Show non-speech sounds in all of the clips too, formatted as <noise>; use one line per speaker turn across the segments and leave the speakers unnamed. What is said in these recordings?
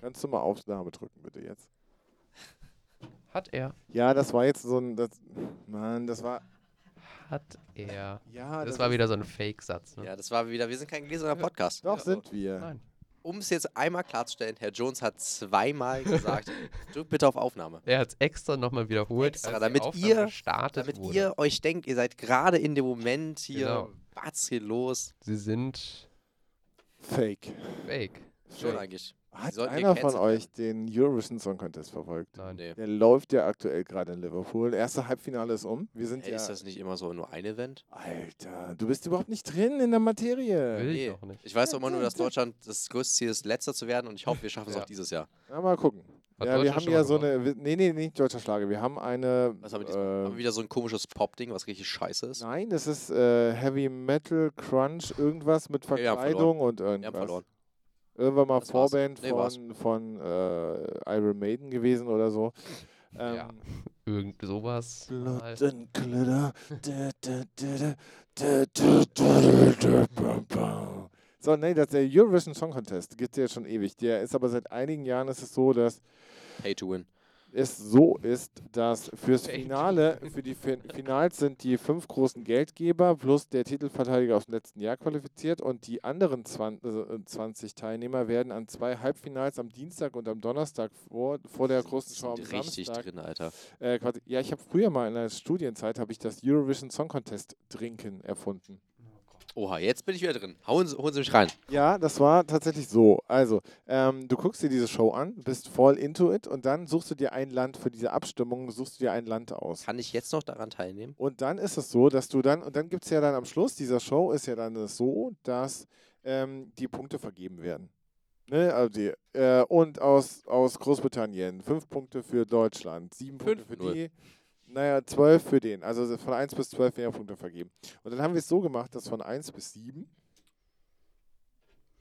Kannst du mal Aufnahme drücken, bitte jetzt?
Hat er.
Ja, das war jetzt so ein. Das, Mann, das war.
Hat er.
Ja,
Das, war wieder so ein Fake-Satz. Ne?
Ja, das war wieder, wir sind kein gläserner Podcast.
Doch, sind wir.
Nein.
Um es jetzt einmal klarzustellen, Herr Jones hat
<laughs>
zweimal gesagt, drückt bitte auf Aufnahme.
Er hat es extra nochmal wiederholt,
Extra,
als die
damit
Aufnahme
ihr-
gestartet
Damit
wurde.
ihr euch denkt, ihr seid gerade in dem Moment hier,
Genau.
was hier los?
Sie sind
Fake.
fake.
Schon
Fake.
eigentlich.
Hat
sollten
einer von
gecancelt
euch den Eurovision Song Contest verfolgt?
Nein.
Nee.
Der läuft ja aktuell gerade in Liverpool. Erste Halbfinale ist um. Wir sind
Hey,
ja.
Ist das nicht immer so nur ein Event?
Alter, du bist überhaupt nicht drin in der Materie.
Will ich doch nicht.
Ich weiß doch immer nur, dass Deutschland das größte Ziel ist, letzter zu werden und ich hoffe, wir schaffen es
Ja.
auch dieses Jahr.
Na, mal gucken.
Hat
ja, wir
Deutschland
haben
schon
ja
mal
so eine. wir- Nee, nee, nee, deutscher Schlage. Wir haben eine.
Was haben wir diesmal?
äh,
Haben wir wieder so ein komisches Pop-Ding, was richtig scheiße ist?
Nein, das ist äh, Heavy Metal Crunch, irgendwas mit
Wir haben verloren.
Verkleidung und
Wir
irgendwas.
haben verloren.
Irgendwann mal
Das war's.
Vorband
Nee, war's.
von, von äh, Iron Maiden gewesen oder so. Ähm,
Ja. Irgend sowas. mal.
Blood and Glitter.
<laughs>
Da, da, da, da, da, da, da, da, da, da. So, nee, das ist der Eurovision Song Contest. Gibt es ja schon ewig. Der ist aber seit einigen Jahren ist es so, dass
Pay to win.
es so ist, dass fürs
Echt?
Finale, für die fin Finals sind die fünf großen Geldgeber plus der Titelverteidiger aus dem letzten Jahr qualifiziert und die anderen 20, äh, 20 Teilnehmer werden an zwei Halbfinals am Dienstag und am Donnerstag vor, vor der großen Show am
Sind richtig
Samstag.
drin, Alter.
Äh, quasi, ja, ich habe früher mal in der Studienzeit habe ich das Eurovision Song Contest Trinken erfunden.
Oha, jetzt bin ich wieder drin. Hauen Sie, holen Sie mich rein.
Ja, das war tatsächlich so. Also, ähm, du guckst dir diese Show an, bist voll into it und dann suchst du dir ein Land für diese Abstimmung, suchst du dir ein Land aus.
Kann ich jetzt noch daran teilnehmen?
Und dann ist es so, dass du dann, und dann gibt es ja dann am Schluss dieser Show, ist ja dann es so, dass ähm, die Punkte vergeben werden. Ne, also die, äh, und aus, aus Großbritannien, fünf Punkte für Deutschland, sieben Punkte
Fünf,
für
null.
die, naja, zwölf für den. Also von 1 bis 12 werden Punkte vergeben. Und dann haben wir es so gemacht, dass von 1 bis 7,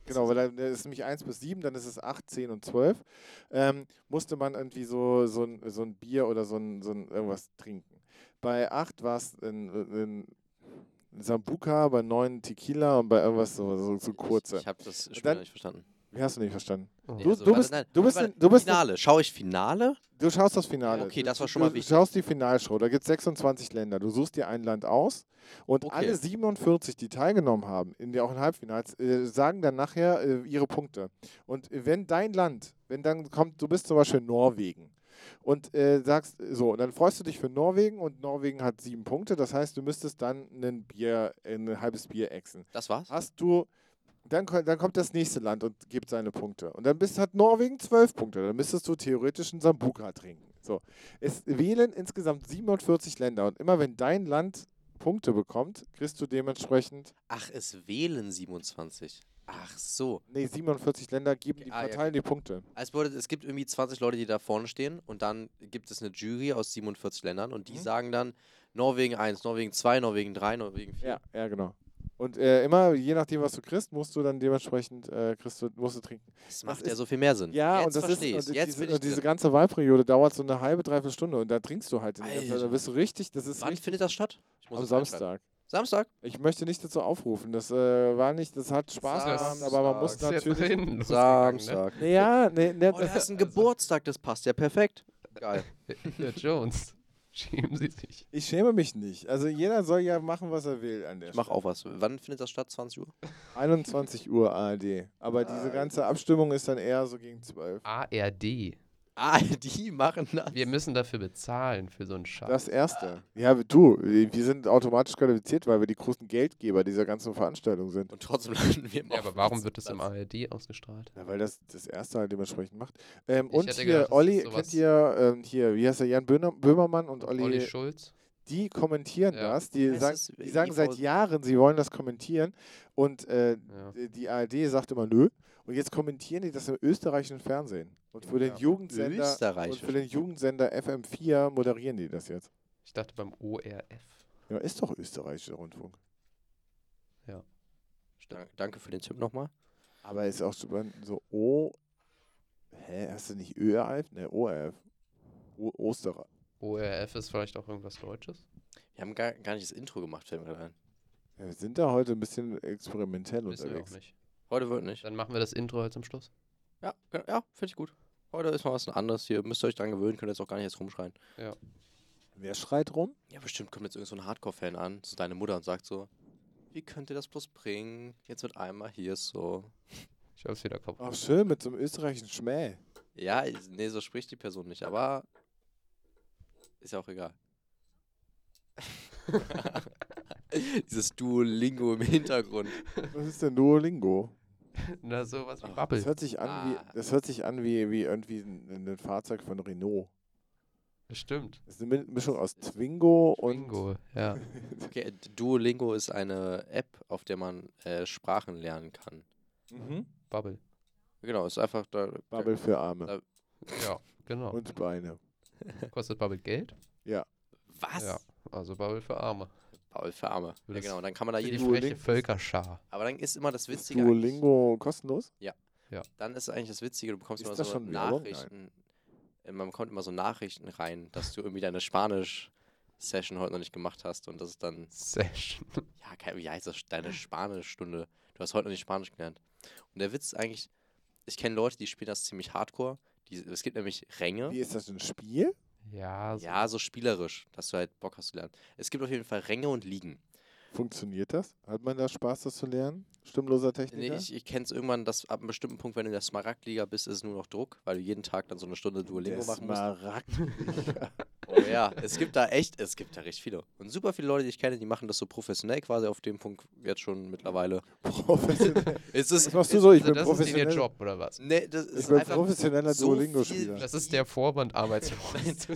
genau, weil dann ist nämlich 1 bis 7, dann ist es 8, 10 und 12, ähm, musste man irgendwie so, so, ein, so ein Bier oder so, ein, so ein irgendwas trinken. Bei 8 war es in, in Sambuca, bei 9 Tequila und bei irgendwas so, so, so kurze.
Ich, ich habe das Spiel
dann-
noch nicht verstanden.
Wie hast du nicht verstanden?
Oh.
Du- du bist- du bist in- du bist in-
Finale. Schaue ich Finale?
Du schaust das Finale.
Okay,
Du-
das war
du-
schon mal
Du
wichtig.
schaust die Finalshow. Da gibt es 26 Länder. Du suchst dir ein Land aus und
Okay.
alle 47, die teilgenommen haben, in der auch in Halbfinals, äh, sagen dann nachher äh, ihre Punkte. Und äh, wenn dein Land, wenn dann kommt, du bist zum Beispiel Norwegen und äh, sagst äh, so, dann freust du dich für Norwegen und Norwegen hat sieben Punkte. Das heißt, du müsstest dann ein Bier, ein halbes Bier exen
Das war's?
hast du, dann, ko- dann kommt das nächste Land und gibt seine Punkte. Und dann bist, hat Norwegen zwölf Punkte. Dann müsstest du theoretisch einen Sambuca trinken. So. Es wählen insgesamt 47 Länder und immer wenn dein Land Punkte bekommt, kriegst du dementsprechend,
Ach, es wählen 27. Ach so.
nee, 47 Länder geben
Okay,
die
ah, ja,
Parteien die Punkte.
Es, bedeutet, es gibt irgendwie 20 Leute, die da vorne stehen und dann gibt es eine Jury aus 47 Ländern und die
Mhm.
sagen dann Norwegen 1, Norwegen 2, Norwegen 3, Norwegen 4.
Ja, ja genau. Und äh, immer, je nachdem, was du kriegst, musst du dann dementsprechend äh, kriegst du, musst du trinken.
Das macht
ist-
ja so viel mehr Sinn.
Ja,
Hm. jetzt
und das ist
versteh ich's.
und
jetzt
diese,
bin ich
und diese
drin.
ganze Wahlperiode dauert so eine halbe, dreiviertel Stunde und da trinkst du halt. in der ganzen Zeit. Da
Alter.
bist du richtig, das ist
Wann
richtig
findet das statt? Ich muss
am
das einschreiben.
Samstag. <laughs>
Samstag?
Ich möchte nicht dazu aufrufen. Das äh, war nicht, das hat Spaß
Samstag.
gemacht, aber man muss
Ist jetzt nach
natürlich.
hinten losgegangen, ne? <laughs>
Samstag. ne?
Ja, nee, nee,
Oh, da ist ein Geburtstag, das passt
<laughs>
ja perfekt. Geil.
Ne? Herr Jones, <laughs> schämen Sie sich.
ich schäme mich nicht. Also jeder soll ja machen, was er will an der
Ich mach auch was. Wann findet das statt? 20 Uhr?
Stelle. 21 Uhr ARD. Aber diese ganze Abstimmung ist dann eher so gegen 12.
ARD.
Ah, die machen das.
Wir müssen dafür bezahlen für so einen Scheiß.
Das erste. Ja, du, wir sind automatisch qualifiziert, weil wir die großen Geldgeber dieser ganzen Veranstaltung sind.
Und trotzdem landen wir im
ja, aber warum wird das im ARD ausgestrahlt?
Na, weil das das erste halt dementsprechend macht. Ähm,
Ich
und
hätte
hier,
gedacht, das ist
Olli,
sowas-
kennt ihr, ähm, hier, wie heißt der, Jan Böhner, Böhmermann und Olli,
Olli Schulz?
die kommentieren
Ja.
das. Die
Es
sagen,
ist
die sagen
wie
seit
Frau-
Jahren, sie wollen das kommentieren. Und äh,
Ja.
die ARD sagt immer nö. Und jetzt kommentieren die das im österreichischen Fernsehen. Und für den
Ja.
Jugendsender und
Österreichisch.
für den Jugendsender FM4 moderieren die das jetzt.
Ich dachte beim ORF.
Ja, ist doch österreichischer Rundfunk.
Dank- Danke für den Tipp nochmal.
Aber ist auch so- so O. Hä, hast du nicht ÖRF? Ne, ORF. O Osterreich.
ORF ist vielleicht auch irgendwas Deutsches?
Wir haben gar, gar nicht das Intro gemacht, fällt mir gerade ein.
Ja, wir sind da heute ein bisschen experimentell
Wissen wir auch
unterwegs.
nicht.
Heute wird nicht.
Dann machen wir das Intro halt zum Schluss.
Ja, ja, ja finde ich gut. Heute ist mal was anderes hier. Müsst ihr euch dran gewöhnen, könnt jetzt auch gar nicht jetzt rumschreien.
Wer schreit rum?
Ja, bestimmt kommt jetzt irgend so ein Hardcore-Fan an, so deine Mutter und sagt so, wie könnt ihr das bloß bringen? Jetzt wird einmal hier so.
Ich hab's wieder kaputt.
Ach schön, mit so einem österreichischen Schmäh.
Ja, ich- nee, so spricht die Person nicht, aber ist ja auch egal. <laughs> Dieses Duolingo im Hintergrund.
Was ist denn Duolingo?
Na, sowas wie
Ach,
Das
Bubble.
hört sich an wie,
Ah.
das hört sich an wie, wie irgendwie ein, ein Fahrzeug von Renault.
Stimmt.
Das ist eine Mi- Mischung aus Twingo, <laughs> und
Bingo, ja.
Okay, Duolingo ist eine App, auf der man äh, Sprachen lernen kann.
mhm.
Bubble.
Genau, ist einfach da.
Bubble für Arme
Da-
Ja, genau.
und Beine.
Kostet Bubble Geld?
Was?
Ja. Also Bubble für Arme.
Bubble für Arme. Ja,
Das-
genau, und dann kann man da
Für die
jede.
Duolingo
freche
ist-
Völkerschar.
Aber dann ist immer das
Ist
Witzige. eigentlich-
Duolingo kostenlos?
dann ist eigentlich das Witzige, du bekommst
Ist
immer
das
so
schon Werbung? Nein.
Nachrichten. äh, Man bekommt immer so Nachrichten rein, dass du irgendwie deine Spanisch-Session heute noch nicht gemacht hast und das ist dann,
Session.
ja, kein- wie heißt das, deine Spanischstunde. Du hast heute noch nicht Spanisch gelernt. Und der Witz ist eigentlich, ich kenne Leute, die spielen das ziemlich hardcore. Die, es gibt nämlich Ränge.
Wie ist das ein Spiel?
Ja,
Also
so.
Ja, so spielerisch, dass du halt Bock hast zu lernen. Es gibt auf jeden Fall Ränge und Ligen.
Funktioniert das? Hat man da Spaß, das zu lernen? Stimmloser
Nee,
Techniker?
ich ich kenne es irgendwann, dass ab einem bestimmten Punkt, wenn du in der Smaragdliga bist, ist es nur noch Druck, weil du jeden Tag dann so eine Stunde Duolingo
Der
machen musst.
Smaragd.
Oh ja, es gibt da echt, es gibt da recht viele. Und super viele Leute, die ich kenne, die machen das so professionell quasi auf dem Punkt jetzt schon mittlerweile. <laughs>
Professionell.
Es ist,
Was machst du so? Ich
also
bin
das ist nicht der
professionell.
Job, oder was?
nee, das
Ich
ist
bin
einfach
professioneller
so viel-
Duolingo-Spieler.
Das ist der Vorwand
<laughs>
arbeitslos.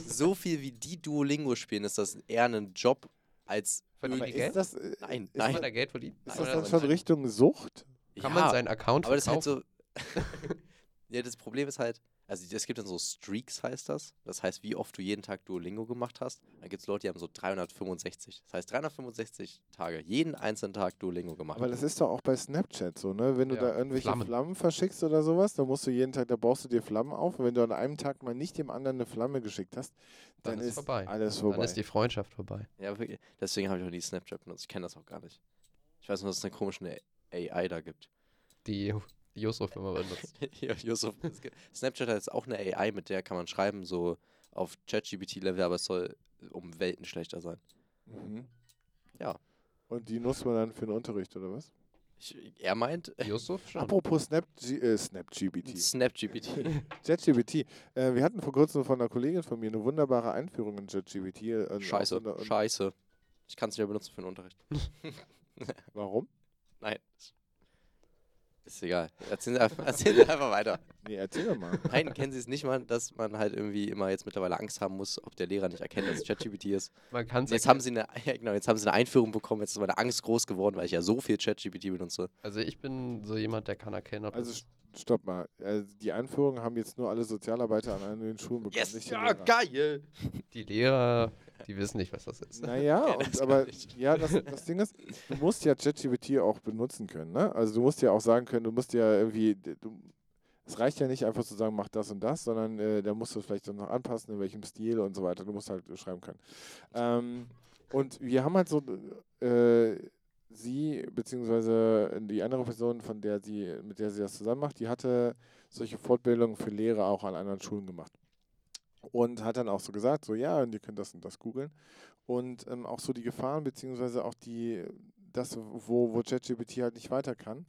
so viel wie die Duolingo spielen, ist das eher ein Job als
Verdient
Aber
die Geld?
ist das, äh,
nein,
das-
Kann
nein.
man da Geld verdienen?
ist das
Nein, nein,
dann
nein,
schon
nein.
Richtung Sucht?
Kann
Ja,
man seinen Account
aber das ist halt
verkaufen?
so. <laughs> ja, das Problem ist halt, also es gibt dann so Streaks, heißt das. Das heißt, wie oft du jeden Tag Duolingo gemacht hast. Dann gibt es Leute, die haben so 365. Das heißt, 365 Tage, jeden einzelnen Tag Duolingo gemacht.
Aber das ist doch auch bei Snapchat so, ne? Wenn du
Ja,
da irgendwelche Flammen.
Flammen.
verschickst oder sowas, dann musst du jeden Tag, da baust du dir Flammen auf. Und wenn du an einem Tag mal nicht dem anderen eine Flamme geschickt hast, dann,
Dann ist vorbei.
alles vorbei.
Dann ist die Freundschaft vorbei.
Ja, wirklich. deswegen habe ich auch nie Snapchat benutzt. Ich kenne das auch gar nicht. Ich weiß nur, dass es eine komische AI da gibt. <laughs>
Die <laughs> Yusuf
<laughs>
immer benutzt.
ja, Yusuf, es gibt. Snapchat hat jetzt auch eine AI, mit der kann man schreiben, so auf ChatGPT-Level, aber es soll um Welten schlechter sein.
mhm.
Ja.
Und die nutzt man dann für den Unterricht oder was?
Ich, er meint
Yusuf schon.
Apropos Snap, äh, SnapGBT.
SnapGPT.
JetGBT. Äh, wir hatten vor kurzem von einer Kollegin von mir eine wunderbare Einführung in JetGBT. Äh, und
Scheiße,
auch so eine- und-
scheiße. Ich kann es nicht mehr benutzen für den Unterricht.
Warum?
Nein. Ist egal. Erzählen Sie einfach, <laughs> erzählen Sie einfach weiter.
Nee, erzähl doch
<laughs>
mal.
Nein, kennen Sie es nicht mal, dass man halt irgendwie immer jetzt mittlerweile Angst haben muss, ob der Lehrer nicht erkennt, dass es ChatGPT ist.
<laughs>
Man kann
Und Jetzt haben sie eine, <laughs> ja, genau, jetzt haben sie eine Einführung bekommen, jetzt ist meine Angst groß geworden, weil ich ja so viel ChatGPT benutze.
Also ich bin so jemand, der kann erkennen, ob
Also
es-
st- stopp mal. Äh, die Einführungen haben jetzt nur alle Sozialarbeiter an allen Schulen bekommen. nicht die Lehrer.
geil!
die Lehrer, die wissen nicht, was das ist.
Naja,
Okay,
und,
das
aber
kann ich.
ja, das, das Ding ist, du musst ja ChatGPT auch benutzen können, ne? Also du musst ja auch sagen können, du musst ja irgendwie, du, es reicht ja nicht einfach zu sagen, mach das und das, sondern äh, da musst du es vielleicht dann noch anpassen, in welchem Stil und so weiter. Du musst halt schreiben können. Ähm, und wir haben halt so, äh, sie, beziehungsweise die andere Person, von der sie, mit der sie das zusammen macht, die hatte solche Fortbildungen für Lehrer auch an anderen Schulen gemacht. Und hat dann auch so gesagt, so ja, und ihr könnt das und das googeln. Und ähm, auch so die Gefahren, beziehungsweise auch die, das, wo, wo ChatGPT halt nicht weiter kann.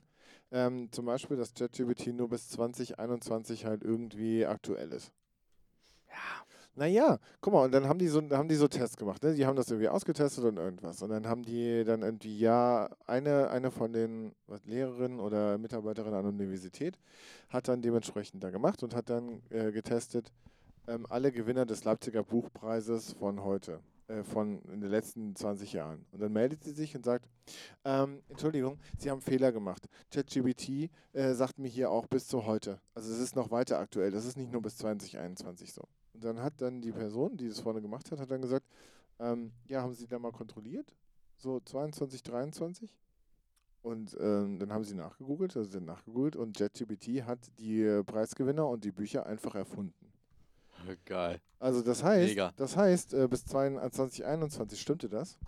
Ähm, zum Beispiel, dass ChatGPT nur bis 2021 halt irgendwie aktuell ist. Naja, guck mal, und dann haben die so, haben die so Tests gemacht, ne? Die haben das irgendwie ausgetestet und irgendwas. Und dann haben die dann irgendwie, ja, eine, eine von den was, Lehrerinnen oder Mitarbeiterinnen an der Universität hat dann dementsprechend da gemacht und hat dann äh, getestet ähm, alle Gewinner des Leipziger Buchpreises von heute, äh, von in den letzten 20 Jahren. Und dann meldet sie sich und sagt, ähm, Entschuldigung, Sie haben Fehler gemacht. ChatGBT äh, sagt mir hier auch bis zu heute. Also es ist noch weiter aktuell, das ist nicht nur bis 2021 so. Und dann hat dann die Person, die das vorne gemacht hat, hat dann gesagt, ähm, ja, haben Sie da mal kontrolliert? So 22, 23? Und ähm, dann haben sie nachgegoogelt, also sie haben nachgegoogelt und ChatGPT hat die äh, Preisgewinner und die Bücher einfach erfunden.
Geil.
Also das heißt,
Mega.
das heißt, äh, bis 2021 stimmte das.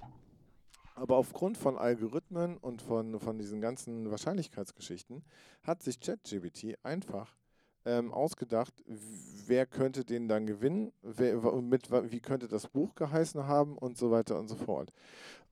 Aber aufgrund von Algorithmen und von, von diesen ganzen Wahrscheinlichkeitsgeschichten hat sich ChatGPT einfach ähm, ausgedacht, w- wer könnte den dann gewinnen, wer, wa- mit, wa- wie könnte das Buch geheißen haben und so weiter und so fort.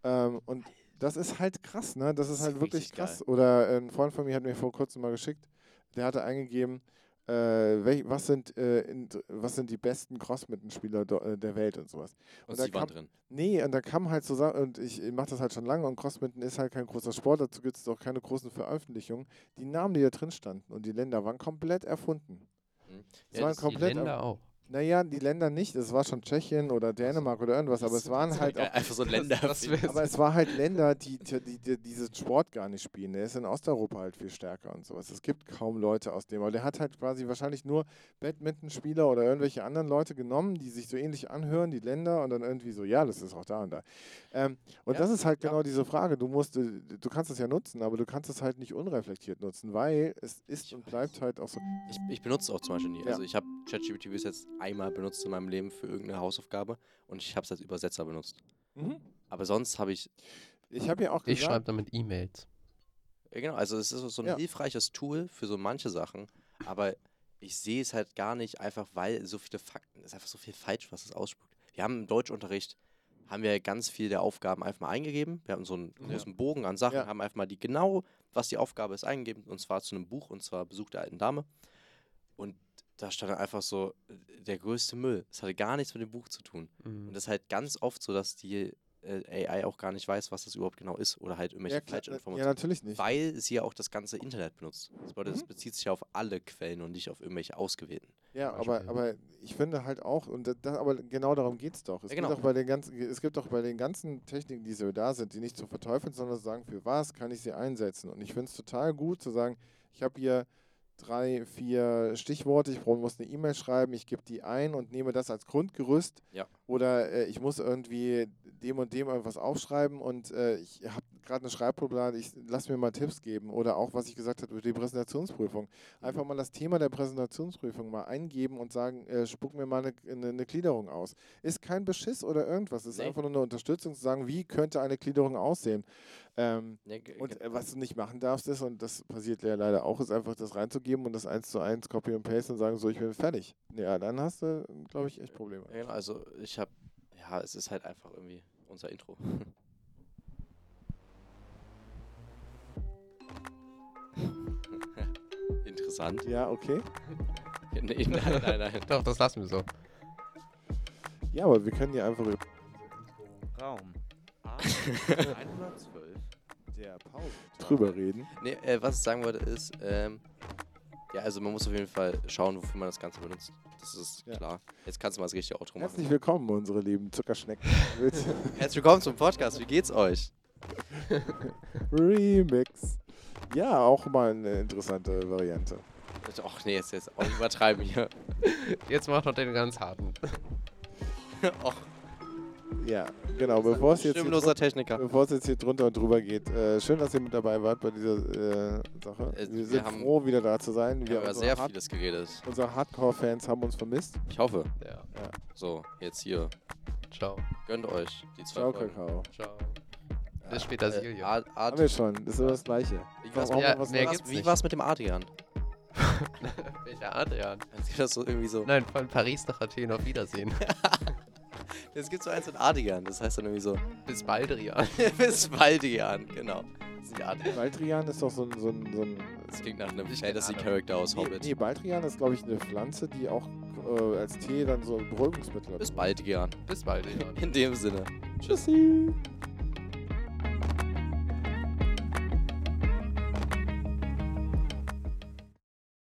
Ähm, und das ist halt krass, ne? Das ist
Das ist
halt wirklich
richtig geil.
krass. Oder ähm, ein Freund von mir hat mir vor kurzem mal geschickt, der hatte eingegeben, äh, welch, was, sind, äh, in, was sind die besten Crossmittenspieler do- äh, der Welt und sowas.
Und
da
sie waren
kam-
drin.
Nee, und da kam halt zusammen, und ich mache das halt schon lange, und Crossmitten ist halt kein großer Sport, dazu gibt es auch keine großen Veröffentlichungen. Die Namen, die da drin standen und die Länder waren komplett erfunden.
Mhm.
Es
Ja,
waren
das- die
komplett.
die Länder auch.
Naja, die Länder nicht, es war schon Tschechien oder Dänemark oder irgendwas, aber es waren halt
Geil,
auch. <laughs>
<laughs> einfach so Länder.
Das, das wär's.
Aber es war halt Länder, die, die, die, die diesen Sport gar nicht spielen. Der ist in Osteuropa halt viel stärker und sowas. Es gibt kaum Leute aus dem. Aber der hat halt quasi wahrscheinlich nur Badmintonspieler oder irgendwelche anderen Leute genommen, die sich so ähnlich anhören, die Länder, und dann irgendwie so, ja, das ist auch da und da. Ähm, und
Ja,
das ist halt
ja.
genau diese Frage. Du musst, äh, du kannst es ja nutzen, aber du kannst es halt nicht unreflektiert nutzen, weil es ist
Ich
und
weiß.
bleibt halt auch so.
Ich, ich benutze es auch zum Beispiel nie.
Ja.
Also ich habe ChatGPT bis jetzt einmal benutzt in meinem Leben für irgendeine Hausaufgabe und ich habe es als Übersetzer benutzt. Aber sonst habe ich,
Ich habe ja auch
Ich
gesagt,
schreibe damit E-Mails.
ja, genau, also es ist so- so ein
Ja.
hilfreiches Tool für so manche Sachen, aber ich sehe es halt gar nicht, einfach weil so viele Fakten, es ist einfach so viel falsch, was es ausspuckt. Wir haben im Deutschunterricht, haben wir ganz viel der Aufgaben einfach mal eingegeben. Wir haben so einen
Ja.
großen Bogen an Sachen,
Ja.
haben einfach mal die genau, was die Aufgabe ist, eingegeben, und zwar zu einem Buch, und zwar Besuch der alten Dame. Und da stand dann einfach so, äh, der größte Müll. Es hatte gar nichts mit dem Buch zu tun.
Mhm.
Und das ist halt ganz oft so, dass die äh, AI auch gar nicht weiß, was das überhaupt genau ist oder halt irgendwelche
ja, klar, äh,
falschen
ja,
Informationen.
natürlich nicht.
weil sie ja auch das ganze Internet benutzt. Das bedeutet, es
Mhm.
bezieht sich ja auf alle Quellen und nicht auf irgendwelche ausgewählten.
Ja,
Beispiel.
aber, aber ich finde halt auch, und da- da, aber genau darum geht es doch. Es,
Ja,
geht
genau.
auch bei den ganzen, es gibt auch bei den ganzen Techniken, die so da sind, die nicht zu verteufeln, sondern zu sagen, für was kann ich sie einsetzen. Und ich finde es total gut zu sagen, ich habe hier drei, vier Stichworte, ich brauch- muss eine E-Mail schreiben, ich gebe die ein und nehme das als Grundgerüst.
Ja.
Oder äh, ich muss irgendwie dem und dem irgendwas aufschreiben und äh, ich habe gerade eine Schreibprobleme, ich lass mir mal Tipps geben. Oder auch, was ich gesagt habe über die Präsentationsprüfung einfach mal das Thema der Präsentationsprüfung mal eingeben und sagen, äh, spuck mir mal eine, eine, eine Gliederung aus. Ist kein Beschiss oder irgendwas, ist
Nee.
einfach nur eine Unterstützung zu sagen, wie könnte eine Gliederung aussehen. Ähm,
Ja, ge-
und
ge-
äh, was du nicht machen darfst ist, und das passiert ja leider auch, ist einfach das reinzugeben und das eins zu eins copy and paste und sagen, so, ich bin fertig. Ja, dann hast du, glaube ich, echt Probleme.
ja, genau, also ich habe, ja, es ist halt einfach irgendwie unser Intro. <laughs> Interessant.
Ja, okay.
<laughs> Nee, nein, nein, nein.
Doch, das lassen wir so.
Ja, aber wir können hier einfach über
Raum A112
der Pause drüber reden.
Nee, äh, was ich sagen wollte ist, ähm, ja, also man muss auf jeden Fall schauen, wofür man das Ganze benutzt. Das ist
Ja.
klar. Jetzt kannst du mal das richtige Outro machen.
Herzlich willkommen, unsere lieben Zuckerschnecken. <laughs> Mit
Herzlich willkommen zum Podcast. Wie geht's euch?
Remix. Ja, auch mal eine interessante Variante.
Ach nee, jetzt, jetzt auch
<laughs>
übertreiben hier.
Jetzt macht noch den ganz harten.
Och,
Ja, genau. Bevor es jetzt, hier
stimmloser Techniker.
drun- bevor es jetzt hier drunter und drüber geht, äh, schön, dass ihr mit dabei wart bei dieser äh, Sache.
Äh,
wir
wir
sind
haben-
froh, wieder da zu sein.
Wir haben über
unsere
sehr
Hard-
vieles geredet.
Unsere Hardcore-Fans haben uns vermisst.
Ich hoffe.
Ja.
So, jetzt hier.
Ciao.
Gönnt euch die zwei
Ciao,
Folgen. Äh,
Kakao.
Ciao. Bis später, Silvio.
Ad,
Haben wir
Ad,
schon. Das ist immer das Gleiche.
wie war's
Warum
mit,
haben
ja,
wir was
nee,
Neues?
gibt's
wie
nicht.
war's mit dem <laughs> Adrian?
Welcher Adrian?
Jetzt gibt das so irgendwie so. <laughs>
Nein, von Paris nach Athen auf Wiedersehen. <laughs>
Jetzt gibt's so eins mit Adrian. Das heißt dann irgendwie so. <laughs>
Bis bald, Rian.
Bis bald, Adrian. Genau. Das ist die Adrian.
Baldrian ist doch so ein. So ein, so ein
Das klingt nach einem
Ich kenn
Fantasy-Charakter aus
nee,
Hobbit.
nee, Baldrian ist, glaube ich, eine Pflanze, die auch äh, als Tee dann so ein Beruhigungsmittel hat.
Bis bald, Gian.
Bis bald, Rian.
In dem Sinne.
Tschüssi.